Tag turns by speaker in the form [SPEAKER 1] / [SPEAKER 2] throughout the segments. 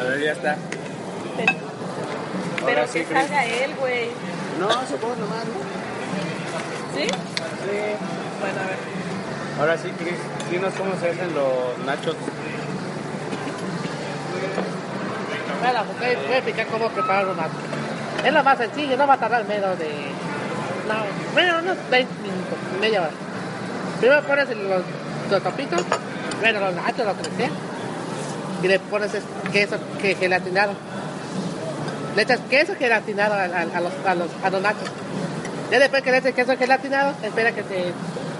[SPEAKER 1] A ver, ya está.
[SPEAKER 2] Pero
[SPEAKER 1] Ahora
[SPEAKER 2] que
[SPEAKER 1] sí, Cris.
[SPEAKER 2] salga él, güey.
[SPEAKER 1] No, supongo nomás. ¿no?
[SPEAKER 2] ¿Sí?
[SPEAKER 1] Sí.
[SPEAKER 2] Bueno, a ver.
[SPEAKER 1] Ahora sí, Cris, dinos cómo se hacen los nachos.
[SPEAKER 3] Bueno, pues voy- voy a explicar cómo preparar los nachos. Es lo más sencillo, no va a tardar menos de. No, bueno, unos 20 minutos, media hora. Primero pones los, los topitos, bueno, los nachos, lo que sea, y le pones es- queso que, gelatinado. Le echas queso gelatinado a, a- a los, a, los, a los nachos. Ya después que le eches queso gelatinado, espera que se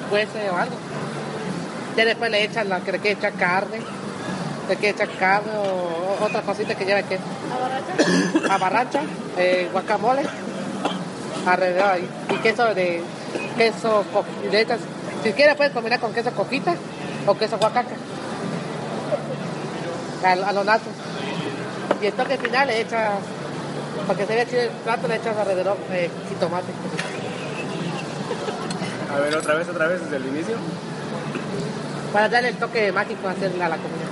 [SPEAKER 3] cuece o algo. Ya después le echas la que le quiere echar carne, le quiere echar carne o o- otra cosita que lleva queso abarracha, eh, guacamole, alrededor ahí, y queso de queso coquiletas. Si quieres puedes combinar con queso coquita o queso guacaca. A, a los nachos. Y el toque final le echas, para que se vea chido el plato, le echas alrededor eh, jitomate.
[SPEAKER 1] A ver, otra vez, otra vez, desde el inicio.
[SPEAKER 3] Para darle el toque mágico a, hacer- a la comida.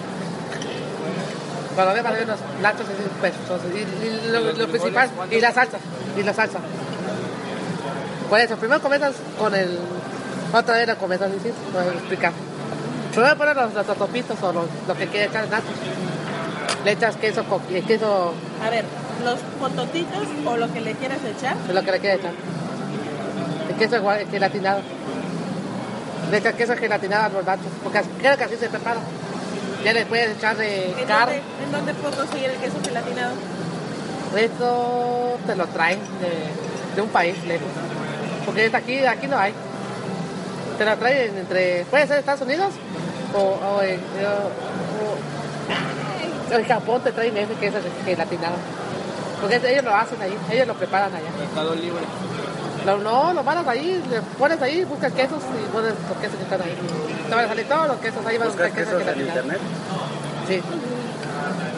[SPEAKER 3] Cuando vean van a ver unos nachos así pestosos. Y, y lo, lo principal, y la salsa. Y la salsa. Por eso, primero comienzas con el. Otra vez la comienzas, ¿sí? Lo voy a explicar. Primero pones los, los totopitos o los, lo que quieras echar nachos. Le echas queso, co- eh, queso,
[SPEAKER 2] A ver, los pototitos o lo que le quieras echar.
[SPEAKER 3] lo que le quieras echar. El queso gua- gelatinado. Le echas queso gelatinado a los nachos. Porque así- creo que así se prepara. Ya le puedes echar de
[SPEAKER 2] ¿En dónde,
[SPEAKER 3] carne.
[SPEAKER 2] ¿En dónde puedo conseguir el queso gelatinado?
[SPEAKER 3] Esto te lo traen de, de un país lejos. Porque es aquí, aquí no hay. Te lo traen entre. Puede ser Estados Unidos o, o en, o- o- o en Japón te traen ese queso gelatinado. Porque ellos lo hacen ahí, ellos lo preparan allá.
[SPEAKER 1] Mercado Libre.
[SPEAKER 3] No, no, lo mandas ahí, le pones ahí, buscas quesos y pones los quesos que están ahí. Te van a salir todos los quesos, ahí van a
[SPEAKER 1] ¿Buscas
[SPEAKER 3] buscar quesos
[SPEAKER 1] quesos en
[SPEAKER 3] gelatinados.
[SPEAKER 1] internet?
[SPEAKER 3] Sí.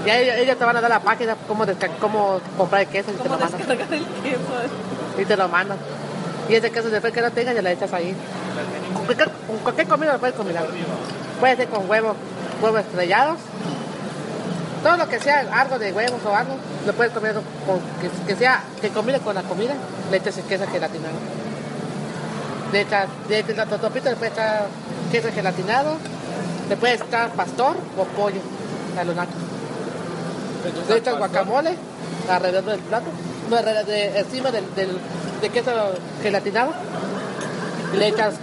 [SPEAKER 3] Y ellos, ellos te van a dar la página cómo, desca- cómo comprar el queso y te
[SPEAKER 2] ¿Cómo
[SPEAKER 3] lo mandan.
[SPEAKER 2] descargar el queso?
[SPEAKER 3] y te lo mandan. Y ese queso después que lo tengas ya lo echas ahí. Con cualquier, con cualquier comida lo puedes combinar. Puede ser con huevos, huevos estrellados. Todo lo que sea algo de huevos o algo, lo puedes comer con, que, que sea, que combine con la comida, le echas el queso gelatinado. Le echas, de los totopitos le puedes echar queso gelatinado, le puedes echar pastor o pollo a los nachos.
[SPEAKER 1] Pues,
[SPEAKER 3] Le echas guacamole alrededor del plato, no, alrededor de- encima del, del de queso gelatinado. Y Le echas,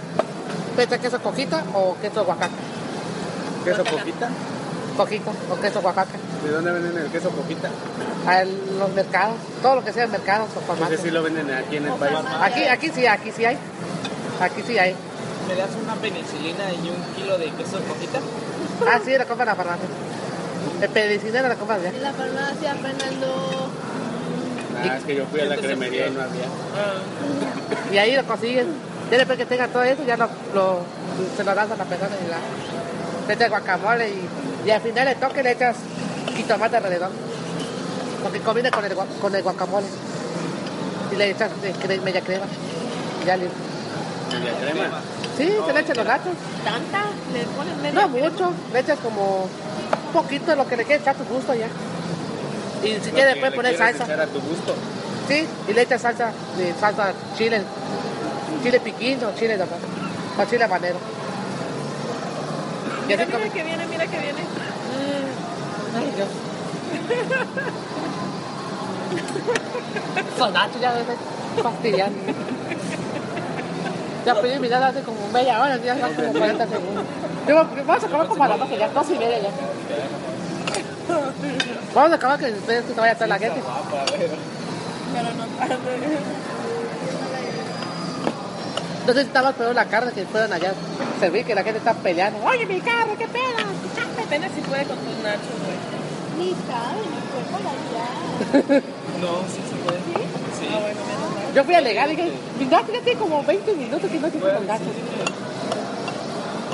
[SPEAKER 3] le echas queso cojita o queso guacaca.
[SPEAKER 1] ¿Queso cojita?
[SPEAKER 3] Cojita o queso guacaca.
[SPEAKER 1] ¿De dónde venden el queso cojita?
[SPEAKER 3] A el- los mercados, todo lo que sea mercados o
[SPEAKER 1] Ese
[SPEAKER 3] farmacias.
[SPEAKER 1] sí lo venden aquí en el país.
[SPEAKER 3] Aquí, aquí sí, aquí sí hay. Aquí sí hay.
[SPEAKER 4] ¿Me das una penicilina y un kilo de queso cojita?
[SPEAKER 3] Ah, sí, la compran en la farmacia. El pedicinero la compran allá.
[SPEAKER 5] En la farmacia, Fernando.
[SPEAKER 1] Ah, es que yo fui a la cremería y no había.
[SPEAKER 3] Y ahí lo consiguen. Ya después que tenga todo eso, ya lo, lo- se lo das a la persona y la, le echas guacamole y, y al final el toque le echas jitomate alrededor. Porque combina con el, gua- con el guacamole. Y le echas de cre- media crema. Y Ya listo.
[SPEAKER 1] ¿Y la crema?
[SPEAKER 3] Sí, se le echan los nachos.
[SPEAKER 2] ¿Tanta? ¿Le ponen medio?
[SPEAKER 3] No mucho, le echas como un poquito de lo que le quieres echar a tu gusto ya. Y si
[SPEAKER 1] Lo
[SPEAKER 3] quieres
[SPEAKER 1] que
[SPEAKER 3] después
[SPEAKER 1] le
[SPEAKER 3] poner
[SPEAKER 1] quieras
[SPEAKER 3] salsa.
[SPEAKER 1] echar a tu gusto.
[SPEAKER 3] Sí, y le echas salsa, de salsa chile, chile piquín o chile normal, o chile habanero. Y
[SPEAKER 2] Mira,
[SPEAKER 3] así
[SPEAKER 2] mira
[SPEAKER 3] como,
[SPEAKER 2] que viene, mira que viene.
[SPEAKER 3] ay Dios. Son nachos ya debe fastidiar. Ya pedí mi nada hace como media hora, ya hace como 40 segundos. Digo, vamos a acabar como a las 12 ya, 12 y media ya. Vamos a acabar que ustedes que se vaya a hacer la gente.
[SPEAKER 2] Pero no tanto.
[SPEAKER 3] No sé si está más peor la carne que fueron allá. se ve que la gente está peleando. Oye, mi carro, qué pedo.
[SPEAKER 2] Apenas si puede con tus nachos, güey.
[SPEAKER 5] Ni cabe, ni fue para allá.
[SPEAKER 4] No, sí se puede. Sí.
[SPEAKER 2] Ah, bueno, menos mal.
[SPEAKER 3] Yo fui a legal y dije, mira, fíjate como 20 minutos que no te fui con gatos.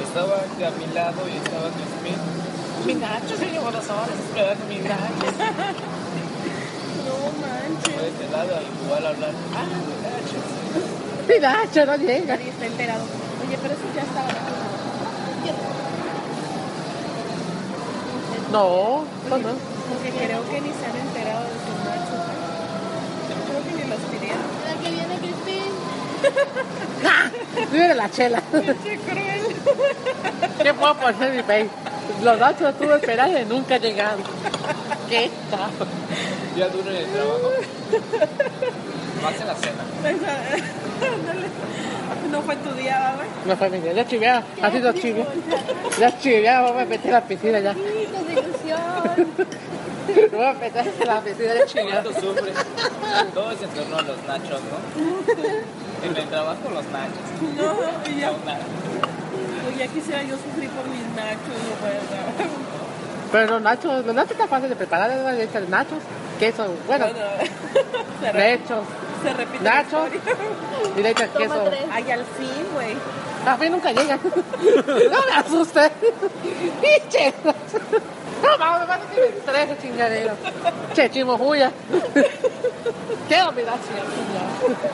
[SPEAKER 4] Estaba a mi lado y estaba con Smith.
[SPEAKER 2] Mi nacho se llevó dos horas.
[SPEAKER 4] Me da mi Nacho.
[SPEAKER 2] No manches.
[SPEAKER 4] De este lado, igual hablar. Ah, mi Nacho.
[SPEAKER 3] Pinacho, no llega.
[SPEAKER 2] Nadie está enterado. Oye, pero eso ya estaba.
[SPEAKER 3] No, no, no.
[SPEAKER 2] Porque creo que ni se han enterado de sus nachos. Yo creo que ni los pidieron.
[SPEAKER 5] La que viene Crispin.
[SPEAKER 3] Mira la chela.
[SPEAKER 2] Qué cruel.
[SPEAKER 3] ¿Qué puedo poner mi país? Los nachos tuve esperar y nunca llegaron. ¿Qué tal?
[SPEAKER 4] Ya duro en el trabajo. Más en la cena.
[SPEAKER 2] Ándale. No fue tu día, ¿va, güey.
[SPEAKER 3] No fue mi día. Ya chiveaba, así lo chive. Ya chiveaba, me metí a la piscina ya. Me
[SPEAKER 5] Hijos de ilusión.
[SPEAKER 3] voy a meter a la piscina ya chiveaba.
[SPEAKER 4] ¿Cuánto sufre? Todo es en torno a los nachos, ¿no? En el trabajo, los nachos.
[SPEAKER 2] No, y ya,
[SPEAKER 4] No, nada.
[SPEAKER 2] pues ya quisiera yo sufrir por mis nachos, güey.
[SPEAKER 3] Pero los nachos, los nachos están fáciles de preparar, es una hecha de nachos, queso, bueno,
[SPEAKER 2] Bueno, se, re-
[SPEAKER 3] lechos,
[SPEAKER 2] se repite. la
[SPEAKER 3] nachos
[SPEAKER 2] historia.
[SPEAKER 3] y le echas
[SPEAKER 5] Toma
[SPEAKER 3] queso.
[SPEAKER 5] tres.
[SPEAKER 2] Ay, al fin, güey.
[SPEAKER 3] A mí nunca llega. No me asustes. Pinche. No mames, van a tener tres chingaderos. Che, chimojuya. Qué olvidar chingaderos.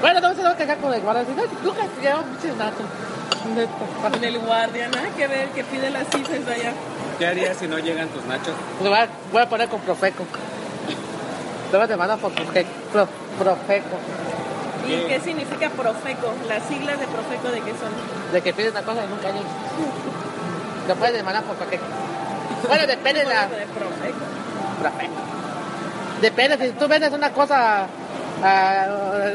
[SPEAKER 3] Bueno, entonces tengo que acá con el guarda. Dice, no, nunca llega un pinche nato. Neta.
[SPEAKER 2] Con el guardia, nada que ver, que pide las cifras allá.
[SPEAKER 1] ¿Qué harías si no llegan tus nachos?
[SPEAKER 3] Lo voy a, voy a poner con Profeco. Luego te mando por Profeco. Pro- profeco.
[SPEAKER 2] ¿Y qué significa Profeco? Las siglas de Profeco, ¿de qué son?
[SPEAKER 3] De que pides una cosa y nunca llega. Lo puedes demandar por Profeco. Bueno, depende de la...
[SPEAKER 2] De Profeco.
[SPEAKER 3] Profeco. Depende, si tú vendes una cosa a a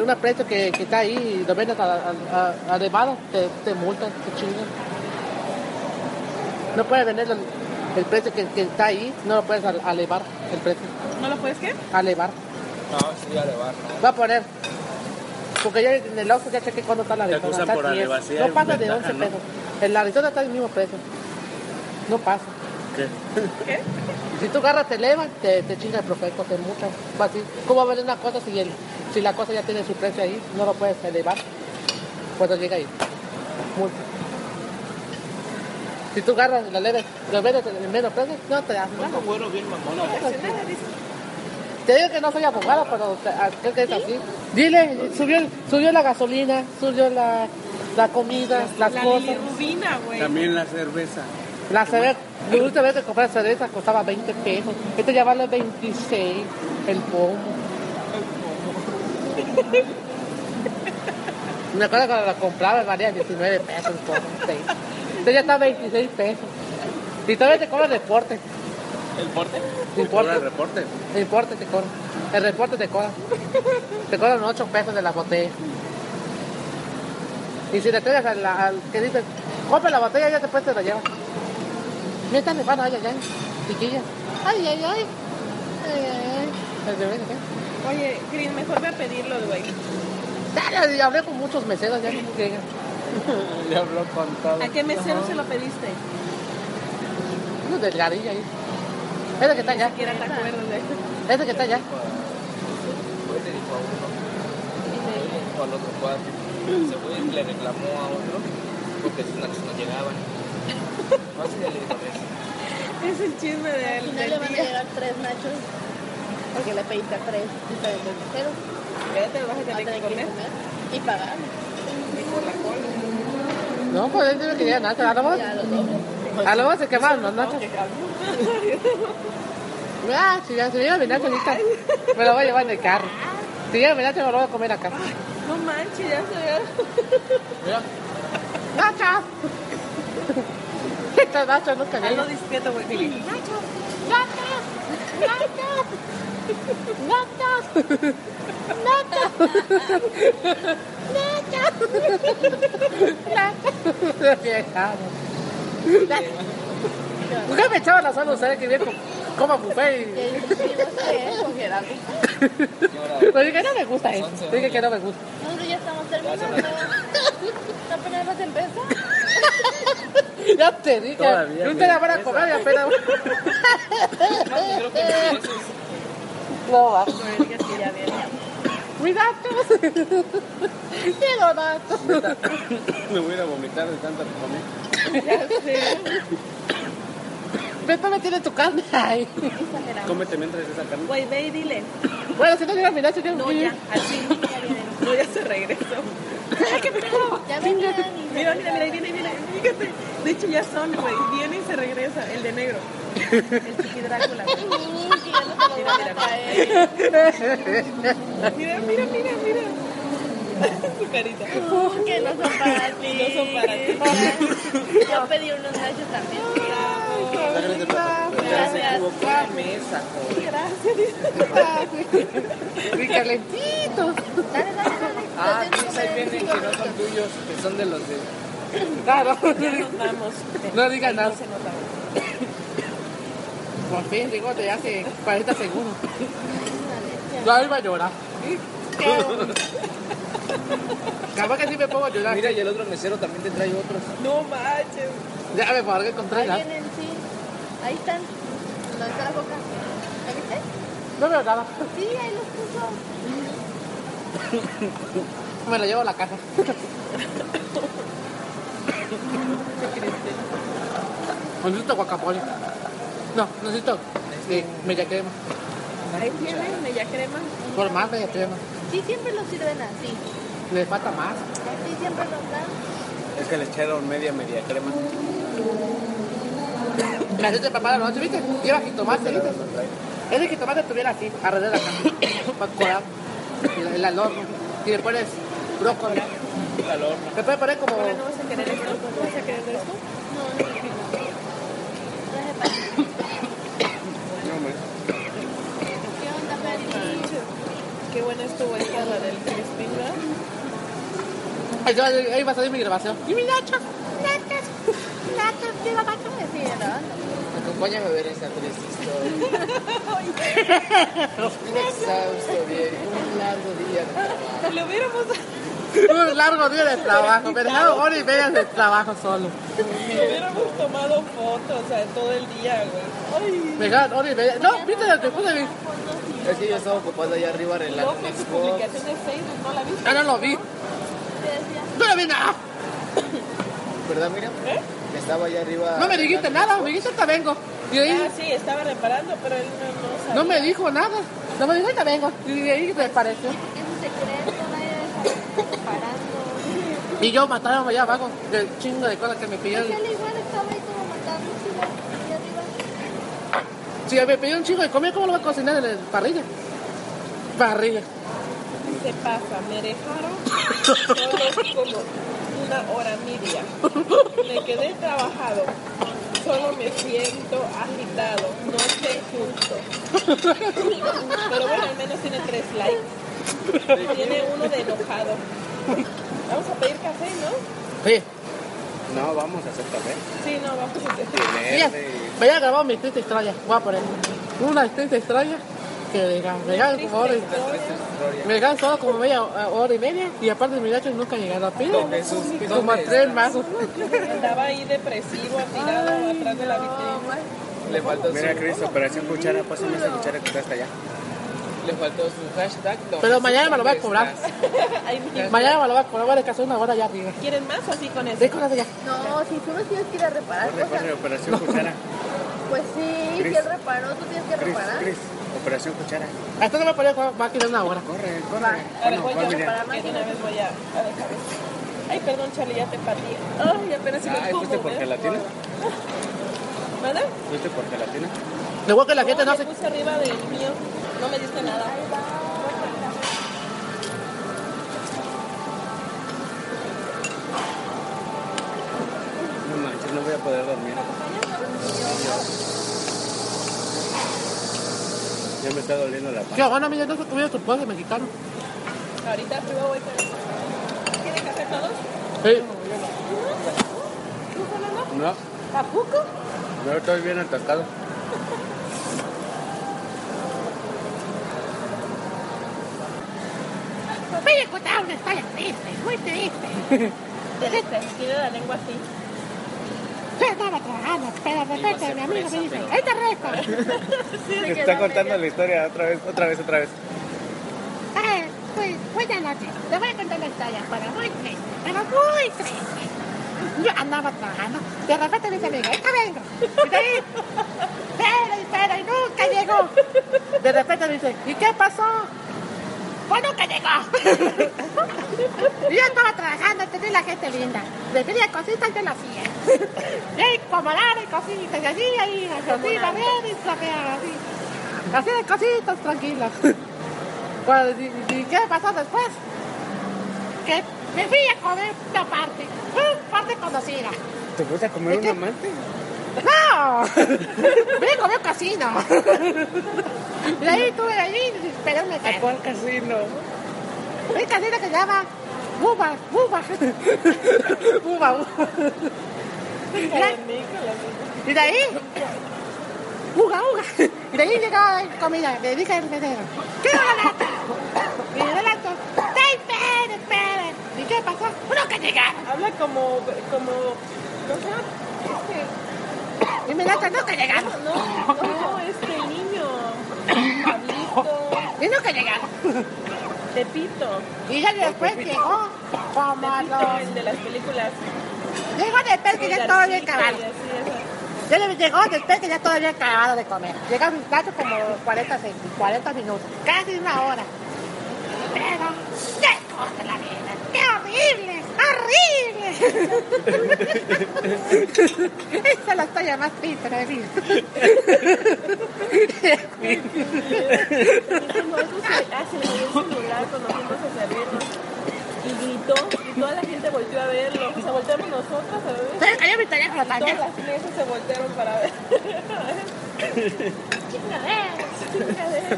[SPEAKER 3] un precio que, que está ahí y lo vendes a, a, a- elevado, te, te multan, te chingan. No puedes vender el, el precio que, que está ahí, no lo puedes al- elevar el precio.
[SPEAKER 2] ¿No lo puedes qué?
[SPEAKER 3] Elevar.
[SPEAKER 4] No, sí, a elevar, ¿no?
[SPEAKER 3] Voy a poner. Porque ya en el Oxxo ya chequé cuándo está la
[SPEAKER 1] Te
[SPEAKER 3] Arizona.
[SPEAKER 1] acusan
[SPEAKER 3] está
[SPEAKER 1] por
[SPEAKER 3] 10.
[SPEAKER 1] alevacía y
[SPEAKER 3] No pasa de
[SPEAKER 1] ventaja,
[SPEAKER 3] 11
[SPEAKER 1] ¿no?
[SPEAKER 3] pesos. En la Arizona está el mismo precio. No pasa.
[SPEAKER 1] ¿Qué?
[SPEAKER 2] ¿Qué?
[SPEAKER 3] Si tú agarras, te elevas, te, te chinga el profeco, te mucha. Va así. ¿Cómo va a haber una cosa si, el, si la cosa ya tiene su precio ahí? No lo puedes elevar. Cuando llega ahí. Multa. Si tú agarras y la leves, lo vendes en menos precio, no te das nada.
[SPEAKER 4] Poco güero, bien mamón.
[SPEAKER 2] Nada, dice.
[SPEAKER 3] Te digo que no soy abogado, pero te- ah, creo que es así. Dile, subió, subió la gasolina, subió la, la comida, las
[SPEAKER 2] La
[SPEAKER 3] cosas.
[SPEAKER 2] bilirrubina, güey.
[SPEAKER 1] También la cerveza.
[SPEAKER 3] La cerveza, la última vez que compré cerveza costaba 20 pesos. Esto ya vale 26, el pomo. Me acuerdo cuando la compraba valía 19 pesos el pomo. sí. Esto ya está 26 pesos. Y todavía te cobran deporte.
[SPEAKER 4] ¿El porte?
[SPEAKER 1] Ahora
[SPEAKER 3] Importa.
[SPEAKER 1] el reporte.
[SPEAKER 3] El reporte te cobra. El reporte te cobra. Te cobran 8 pesos de la botella. Y si le entregas al, al que dice, compra la botella, ya después te la lleva. Mientras me van, ay, ay, ay, chiquilla. Ay, ay, ay. Ay, ay, ay. El bebé, ¿qué?
[SPEAKER 2] Oye, Cris, mejor ve a pedirlos, güey.
[SPEAKER 3] Dale, y hablé con muchos meseros, ya como que llegan.
[SPEAKER 4] Le habló con todo.
[SPEAKER 2] ¿A qué mesero se lo pediste? Ni
[SPEAKER 3] Uno delgadillo ahí. Ese que está allá,
[SPEAKER 2] siquiera te acuerdas, güey.
[SPEAKER 3] ese que está allá.
[SPEAKER 4] Pues le dijo a uno. Y le dijo al otro cuatro. Se fue y le reclamó a otro porque sus nachos no llegaban. Más y le dijo tres.
[SPEAKER 2] Es el chisme de él.
[SPEAKER 5] No le van a llegar tres nachos. Porque le pediste tres diferentes pero
[SPEAKER 2] Espérate, lo vas a
[SPEAKER 5] Va a
[SPEAKER 2] tener
[SPEAKER 5] tener
[SPEAKER 2] que
[SPEAKER 5] que comer
[SPEAKER 2] comer.
[SPEAKER 5] y pagar.
[SPEAKER 3] No, pues él debe que llegan antes. A lo mejor,
[SPEAKER 5] Ya lo doble.
[SPEAKER 3] a lo mejor se quemaron los nachos. Ah, si ya, si llega mi nacho ahorita, me lo voy a llevar en el carro. Si llega mi nacho, me lo voy a comer acá.
[SPEAKER 2] No manches, ya se ve.
[SPEAKER 4] Mira,
[SPEAKER 3] ¡Nacho! Estos nachos nunca
[SPEAKER 2] Algo
[SPEAKER 3] llegan.
[SPEAKER 2] discreto, güey.
[SPEAKER 3] Nunca me echaban la sal ustedes que vienen con, coma buffet.
[SPEAKER 5] Y ahí sí, no sé, con Gerardo.
[SPEAKER 3] Le dije, no me gusta eso. Le dije que no me gusta.
[SPEAKER 5] Nosotros ya estamos terminando. Apenas hemos empezado.
[SPEAKER 3] Ya te dije.
[SPEAKER 1] Todavía
[SPEAKER 3] No
[SPEAKER 1] me
[SPEAKER 3] te la van a cobrar y apenas.
[SPEAKER 4] creo que me mereces.
[SPEAKER 3] No va.
[SPEAKER 5] Oiga, sí, ya viene.
[SPEAKER 3] Mis datos. Quiero datos.
[SPEAKER 1] Me voy a ir a vomitar de tanta comida.
[SPEAKER 3] Después me tiene tu carne. Ay.
[SPEAKER 5] Exageramos.
[SPEAKER 1] Cómete mientras esa carne.
[SPEAKER 2] Güey, ve y dile.
[SPEAKER 3] Bueno, si no llega a mirar, yo
[SPEAKER 2] No, ya, así. No, ya se regresó. ¡Qué pecado!
[SPEAKER 5] Ya me quedan
[SPEAKER 2] Mira, mira, mira, ahí viene, mira, fíjate. De hecho, ya son, güey. Viene y se regresa. El de negro. El chiqui Drácula.
[SPEAKER 5] y- Mm, que ya no te lo van a caer.
[SPEAKER 2] Mira, mira, mira, mira. Su carita.
[SPEAKER 5] Mm, Que no son para ti.
[SPEAKER 2] No son para ti.
[SPEAKER 5] Yo pedí unos nachos también. Gracias.
[SPEAKER 3] La mesa, Gracias. Mi calentito.
[SPEAKER 5] Dale, dale, dale.
[SPEAKER 4] Ah,
[SPEAKER 5] Entonces,
[SPEAKER 4] pues ahí vienen que no son tuyos, que son de los de.
[SPEAKER 3] Claro.
[SPEAKER 2] Nos vamos.
[SPEAKER 3] No digan nada.
[SPEAKER 2] Se nos va.
[SPEAKER 3] Por fin, digo, te hace 40 segundos. Yo iba a llorar. Capaz que sí me pongo a llorar.
[SPEAKER 4] Mira, y el otro mesero también te trae otros.
[SPEAKER 2] No manches.
[SPEAKER 3] Ya me pargué con tres.
[SPEAKER 5] Ahí
[SPEAKER 3] ya.
[SPEAKER 5] vienen, sí. Ahí están. Los de la boca. ¿Ahí viste?
[SPEAKER 3] No veo nada.
[SPEAKER 5] Sí, ahí los puso.
[SPEAKER 3] Me lo llevo a la casa. No necesito guacamole. No, necesito eh, media crema.
[SPEAKER 2] Ahí tienen, media crema.
[SPEAKER 3] Por más media crema.
[SPEAKER 5] Sí, siempre los sirven así.
[SPEAKER 3] Le falta más.
[SPEAKER 5] Así siempre los dan.
[SPEAKER 1] Es que le echaron media, media crema.
[SPEAKER 3] Me haciste papá la noche, ¿viste? Lleva jitomate, ¿viste? Ese jitomate estuviera así, alrededor de la casa. Para colar el, el al horno. Y le pones brócoli. Le puedes poner como...
[SPEAKER 2] Ahora no vas a querer esto. No vas a querer esto.
[SPEAKER 5] No, no, no. Traje para ti.
[SPEAKER 1] No, man.
[SPEAKER 5] ¿Qué onda, Feli?
[SPEAKER 2] Qué buena estuvo esta la del crispy, ¿verdad?
[SPEAKER 3] Ahí va- Ahí va a salir mi grabación.
[SPEAKER 5] ¿Y mi nacho? Nachos. Nachos. ¿Qué va a Sí, ¿verdad?
[SPEAKER 4] Acompáñame a ver esta triste historia. Un exhausto, bien. Un largo día. de trabajo.
[SPEAKER 2] Lo hubiéramos
[SPEAKER 3] Un largo día de trabajo. Me dejaron hora y media de trabajo solo.
[SPEAKER 2] Lo hubiéramos tomado fotos, o sea, todo el día, güey.
[SPEAKER 3] Me dejaron hora y media. No, viste lo que puse. vi-
[SPEAKER 4] Es que yo estaba ocupado allá arriba
[SPEAKER 2] Ay,
[SPEAKER 4] arreglando
[SPEAKER 2] loco,
[SPEAKER 4] un
[SPEAKER 2] su
[SPEAKER 4] Xbox.
[SPEAKER 2] publicación de Facebook, ¿no la viste?
[SPEAKER 3] Ah, no lo vi.
[SPEAKER 5] Te decía.
[SPEAKER 3] No lo vi nada.
[SPEAKER 4] ¿Verdad, mira? Estaba allá arriba.
[SPEAKER 3] No me dijiste
[SPEAKER 4] arreglando-
[SPEAKER 3] nada. Me dijiste te vengo. Y de
[SPEAKER 2] Ah,
[SPEAKER 3] ahí
[SPEAKER 2] sí, estaba reparando, pero él no, no sabía.
[SPEAKER 3] no me dijo nada. No me dijo te vengo. Y de ahí desapareció.
[SPEAKER 5] Es un secreto, nadie debe saber parando.
[SPEAKER 3] Y yo mataron allá abajo del chingo de cosas que me pidieron.
[SPEAKER 5] Él igual estaba ahí como matando igual, y arriba.
[SPEAKER 3] Si me pidieron un chingo de comida, ¿cómo lo voy a cocinar en el parrilla? Parrilla.
[SPEAKER 2] se pasa. Me dejaron solo como una hora media. Me quedé trabajado. Solo me siento agitado. No sé justo. Pero bueno, al menos tiene tres likes. Tiene uno de enojado. Vamos a pedir café, ¿no?
[SPEAKER 3] Sí.
[SPEAKER 1] No, vamos a hacer café.
[SPEAKER 2] Sí, no, vamos a pedir.
[SPEAKER 3] Mira,
[SPEAKER 1] Verde.
[SPEAKER 3] me había grabado mi triste historia. Voy a poner una triste historia que diga, me dejaron como hora y- Me dejaron solo como media eh, hora y media y aparte mis nachos nunca llegaron a pila.
[SPEAKER 4] Don Jesús,
[SPEAKER 3] Como a
[SPEAKER 4] ¿dónde
[SPEAKER 3] tres
[SPEAKER 4] estás?
[SPEAKER 3] más. este.
[SPEAKER 2] Andaba ahí depresivo, tirado atrás de la vitrina.
[SPEAKER 4] Le faltó,
[SPEAKER 1] Mira,
[SPEAKER 4] su,
[SPEAKER 1] Cris, operación cuchara. Pásame esa cuchara que está hasta allá.
[SPEAKER 4] le faltó su hashtag. don
[SPEAKER 3] Pero
[SPEAKER 4] Jesús,
[SPEAKER 3] mañana me lo va a
[SPEAKER 4] ¿dónde
[SPEAKER 3] cobrar.
[SPEAKER 4] estás?
[SPEAKER 2] Ay, mi-
[SPEAKER 3] Mañana me lo va a cobrar, voy a descansar una hora allá arriba.
[SPEAKER 2] ¿Quieren más o así con eso?
[SPEAKER 3] Sí, con eso ya.
[SPEAKER 5] No, si tú no tienes que ir a reparar
[SPEAKER 1] Corre,
[SPEAKER 5] cosas.
[SPEAKER 1] corre, operación cuchara.
[SPEAKER 5] Pues sí,
[SPEAKER 1] Cris.
[SPEAKER 5] si él reparó, tú tienes que
[SPEAKER 1] Cris,
[SPEAKER 5] reparar.
[SPEAKER 1] Cris, operación cuchara.
[SPEAKER 3] Hasta no me voy a poner va a quedar una hora.
[SPEAKER 1] Corre, corre.
[SPEAKER 5] Va.
[SPEAKER 2] A ver,
[SPEAKER 1] Bueno,
[SPEAKER 2] voy yo,
[SPEAKER 1] ¿cuál
[SPEAKER 2] para
[SPEAKER 1] viene?
[SPEAKER 2] más de una vez voy a, a dejar esto. Ay, perdón, Charlie, ya te partí. Ay, apenas se me
[SPEAKER 1] Ay, ¿fuiste Ah, este por gelatina?
[SPEAKER 2] ¿Verdad?
[SPEAKER 1] ¿Fuiste por gelatina?
[SPEAKER 3] Luego que la gente no
[SPEAKER 2] le
[SPEAKER 3] hace.
[SPEAKER 2] puse arriba del mío. No me diste nada.
[SPEAKER 1] No manches, no voy a poder dormir. Ya me está doliendo la
[SPEAKER 3] Qué
[SPEAKER 1] panza.
[SPEAKER 3] bueno, mira, no se comido tu pollo mexicano.
[SPEAKER 2] Ahorita arriba voy con eso. ¿Quieren café todos?
[SPEAKER 3] Sí.
[SPEAKER 1] No,
[SPEAKER 2] ¿Tampoco?
[SPEAKER 1] no estoy bien atascado.
[SPEAKER 3] Voy a contar una historia triste, muy triste.
[SPEAKER 2] Triste, este. tiene la lengua así.
[SPEAKER 3] Yo estaba trabajando, pero de repente mi amigo me dice, ¡Este resto!
[SPEAKER 1] Está contando la historia otra vez, otra vez, otra vez.
[SPEAKER 3] Ah, pues, buenas noches. Te voy a contar una historia, pero muy triste, pero muy triste. Yo andaba trabajando, de repente dice mi amigo, ¡Esta vengo! Y de ahí, Espera, y espera, y nunca llegó. De repente me dice, ¿y qué pasó? Pues nunca llegó. Y yo estaba trabajando, tenía la gente linda. Le pedía cositas, yo lo hacía. Y ahí comalaba y cositas, y allí, ahí, así, la red y trapeaba, así. Así de cositas, tranquilas. Bueno, ¿y, y qué pasó después? Que me fui a comer una parte, una parte conocida.
[SPEAKER 1] ¿Te fuiste a comer un amante?
[SPEAKER 3] ¡No! Vine a comer un casino. Y ahí estuve allí, pero me
[SPEAKER 1] ¿A cuál casino?
[SPEAKER 3] Un casino que se llama Buba, Buba. Buba, Buba. Y de ahí- Y de ahí, uga, uga. Y de ahí llegó comida. Le dije al mesero, ¿qué relato? Y el relato, ¡ay, esperen, esperen! ¿Y qué pasó? ¡Uno que llegaron!
[SPEAKER 2] Habla como, como, no sé,
[SPEAKER 3] Y me relata, ¡nunca
[SPEAKER 2] este,
[SPEAKER 3] llegaron!
[SPEAKER 2] no, no, este niño, Pablito,
[SPEAKER 3] Y nunca llegaron.
[SPEAKER 2] Pepito,
[SPEAKER 3] Y ya después llegó, como a
[SPEAKER 2] Pepito,
[SPEAKER 3] los...
[SPEAKER 2] el de las películas.
[SPEAKER 3] Llegó después que ya todo bien acabado.
[SPEAKER 2] Y así, esas.
[SPEAKER 3] Ya le- llegó después que ya todo bien acabado de comer. Llega a mi plato como 40, se- 40 minutos, casi una hora. Pero, ¡qué cosa la vida! ¡Qué horrible! ¡Horrible! Esa es la historia más triste de mi vida.
[SPEAKER 2] Dijimos, eso se hace en el celular cuando fuimos a servirnos. Y gritó, y toda la gente volvió a verlo. O sea, volteamos nosotros a ver.
[SPEAKER 3] Se me cayó mi teléfono
[SPEAKER 2] Todas
[SPEAKER 3] también.
[SPEAKER 2] las mesas se voltearon para ver.
[SPEAKER 3] ¡Chingadera!
[SPEAKER 2] Chingadera.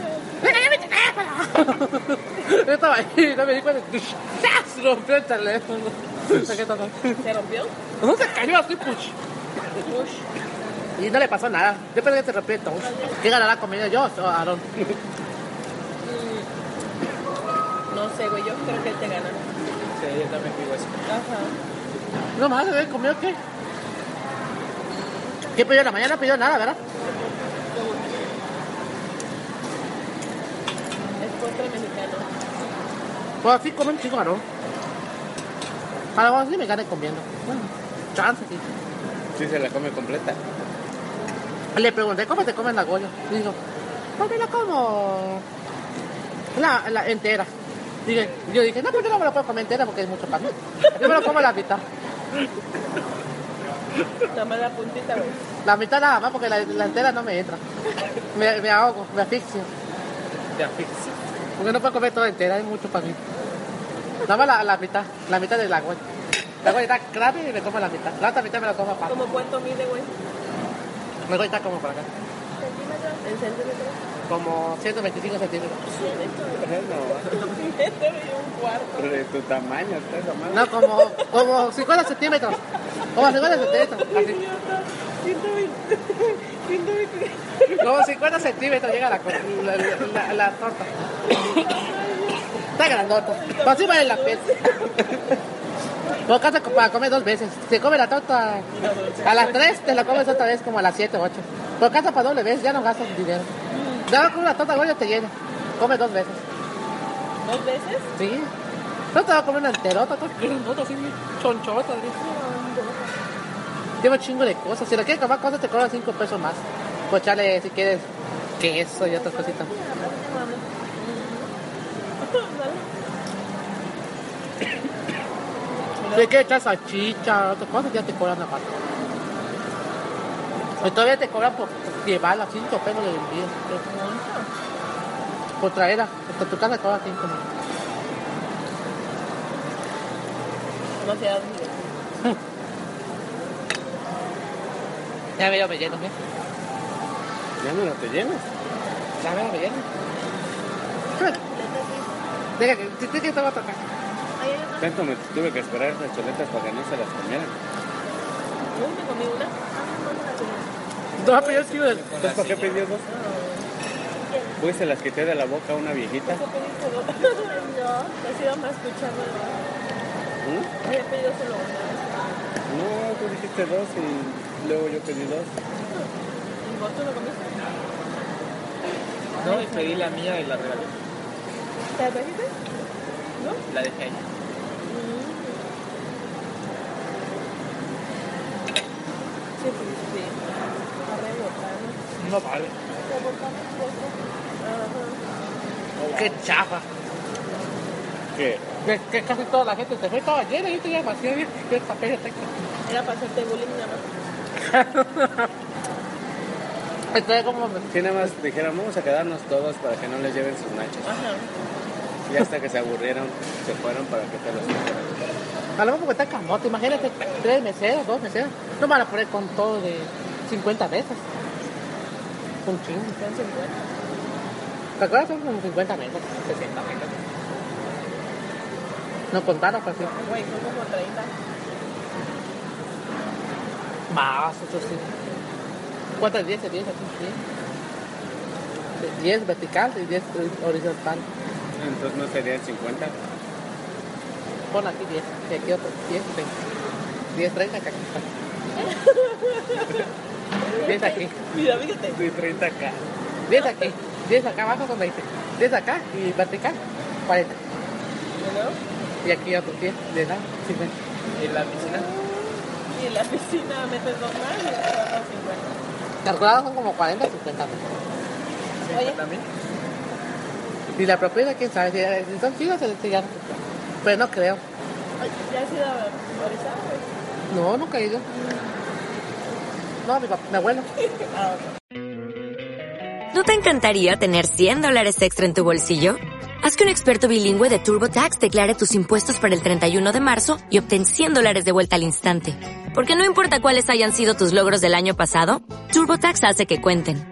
[SPEAKER 3] ¡Me cayó mi teléfono!
[SPEAKER 6] Yo estaba ahí, no me di cuenta. Se rompió el teléfono. Saqué todo.
[SPEAKER 2] ¿Se rompió?
[SPEAKER 3] No se cayó así, puch.
[SPEAKER 2] Ush.
[SPEAKER 3] Y no le pasó nada. Yo pensé que se rompió todo. ¿Qué ganará comida yo o Aaron?
[SPEAKER 2] No sé, güey, yo creo que él te gana.
[SPEAKER 4] Sí, yo también digo eso.
[SPEAKER 2] Ajá.
[SPEAKER 3] No más, ¿eh? ¿comió qué? ¿Qué pidió en la mañana? No pidió nada, ¿verdad?
[SPEAKER 2] Es postre mexicano.
[SPEAKER 3] Pues así comen chico, ¿no? A lo mejor sí me gane comiendo. Bueno, chance, sí.
[SPEAKER 1] Sí, se la come completa.
[SPEAKER 3] Le pregunté, ¿cómo te comen la goya? Y dijo, pues me la como la, la entera. Dije, yo dije, no, pues yo no me la puedo comer entera porque es mucho para mí. Yo me la como la mitad.
[SPEAKER 2] Nada más la puntita, güey.
[SPEAKER 3] La mitad nada más porque la, la entera no me entra. Me, me ahogo, me asfixio.
[SPEAKER 4] Te asfixia.
[SPEAKER 3] Porque no puedo comer toda entera, es mucho para mí. Nada más la, la mitad, la mitad de la güey. La güey está grave y me como la mitad. La otra mitad me la como para
[SPEAKER 2] ¿Cómo cuánto mide, güey?
[SPEAKER 3] Me voy a estar como para acá.
[SPEAKER 2] ¿En centímetros?
[SPEAKER 3] Como 125 centímetros.
[SPEAKER 2] Un metro y un cuarto.
[SPEAKER 1] No, de tu tamaño, está esa madre.
[SPEAKER 3] No, como, como 50 centímetros. Como 50 centímetros. Así.
[SPEAKER 2] Idiota. 120. 120.
[SPEAKER 3] Como 50 centímetros llega la, co- la, la- la torta. Está grandota. Pero sí vale la pena. Porque hace co- para comer dos veces. Se come la torta a las 3, te la comes otra vez como a las 7 o 8. Porque hace para doble vez, ya no gastas dinero. Ya no comes la torta gorda te llena. Come dos veces.
[SPEAKER 2] ¿Dos veces?
[SPEAKER 3] Sí. No te va a comer una enterota, está grandota, así, bien chonchota. así. Lleva un chingo de cosas. Si la quieres comer cosas, te cobran 5 pesos más. Pues chale, si quieres queso y otras cositas. Si le quieres echar salchicha, otras cosas, ya te cobran aparte. Y todavía te cobran por llevarla 5 pesos de envío. Por traerla. Hasta tu casa cobra 5 pesos.
[SPEAKER 2] No sé a dónde.
[SPEAKER 3] Ya veo, me lleno, ¿eh?
[SPEAKER 1] Ya no la te llenas.
[SPEAKER 3] Ya veo, me lleno. Deja que, te, te, te voy a tocar.
[SPEAKER 1] Tanto me tuve que esperar las choletas para que no se las comieran.
[SPEAKER 2] Yo me comí una.
[SPEAKER 3] No, pero yo sigo del...
[SPEAKER 1] ¿Sabes por qué pedí dos? Pues se las quité de la boca a una viejita.
[SPEAKER 2] ¿Eso pediste dos? no, te has ido más escuchando.
[SPEAKER 1] ¿Mm?
[SPEAKER 2] Había pedido solo una.
[SPEAKER 1] No, tú dijiste dos y luego yo pedí dos.
[SPEAKER 2] ¿Y vos tú lo comiste?
[SPEAKER 7] No, y pedí la mía y la regalé.
[SPEAKER 2] ¿Te la trajiste?
[SPEAKER 7] La dejé ahí.
[SPEAKER 2] Mm. Sí, pues sí. Arrebotando.
[SPEAKER 3] No vale.
[SPEAKER 2] Rebotando un poco.
[SPEAKER 3] Qué chafa.
[SPEAKER 1] ¿Qué?
[SPEAKER 3] Que, que casi toda la gente se fue toda llena y yo tenía demasiado bien. Yo el papel está
[SPEAKER 2] Ajá. Era para hacerte bullying nada más.
[SPEAKER 3] Entonces, como me...
[SPEAKER 1] Si nada más dijeron, vamos a quedarnos todos para que no les lleven sus nachos.
[SPEAKER 2] Ajá.
[SPEAKER 1] Y hasta que se aburrieron, se fueron para que te los quitaran.
[SPEAKER 3] A lo mejor porque está camote, imagínate, tres meseros, dos meseros. No van a poner con todo de 50 mesas. Un chingo.
[SPEAKER 2] Con 50.
[SPEAKER 3] ¿Te acuerdas? Son como 50 mesas, 60 mesas. No pues contaron casi.
[SPEAKER 2] Güey, son como 30.
[SPEAKER 3] Más, eso sí. ¿Cuántas 10 10 aquí? 10. 10 vertical y 10 horizontal.
[SPEAKER 1] Entonces no serían 50.
[SPEAKER 3] Pon aquí 10, y aquí otro 10, 20. 10, 30 acá. 10 aquí,
[SPEAKER 2] Mira, fíjate.
[SPEAKER 1] Sí, 30 acá.
[SPEAKER 3] 10 aquí, 10 acá abajo son 20. 10 acá y vertical, 40.
[SPEAKER 2] ¿No?
[SPEAKER 3] Y aquí otro 10, de nada, 50.
[SPEAKER 7] ¿Y la piscina?
[SPEAKER 2] Y en la piscina metes dos más y te dan los 50.
[SPEAKER 3] Calculados son como 40, 50.
[SPEAKER 2] Oye.
[SPEAKER 7] ¿También?
[SPEAKER 3] Y la propiedad, quién sabe, si- si son chidos, se les ya. Pero Pues no creo.
[SPEAKER 2] Ay, ¿Ya has ido a Orizaba? güey?
[SPEAKER 3] No, nunca he ido. No, mi, pap- mi abuelo.
[SPEAKER 2] Ah,
[SPEAKER 8] ¿No te encantaría tener 100 dólares extra en tu bolsillo? Haz que un experto bilingüe de TurboTax declare tus impuestos para el 31 de marzo y obtén 100 dólares de vuelta al instante. Porque no importa cuáles hayan sido tus logros del año pasado, TurboTax hace que cuenten.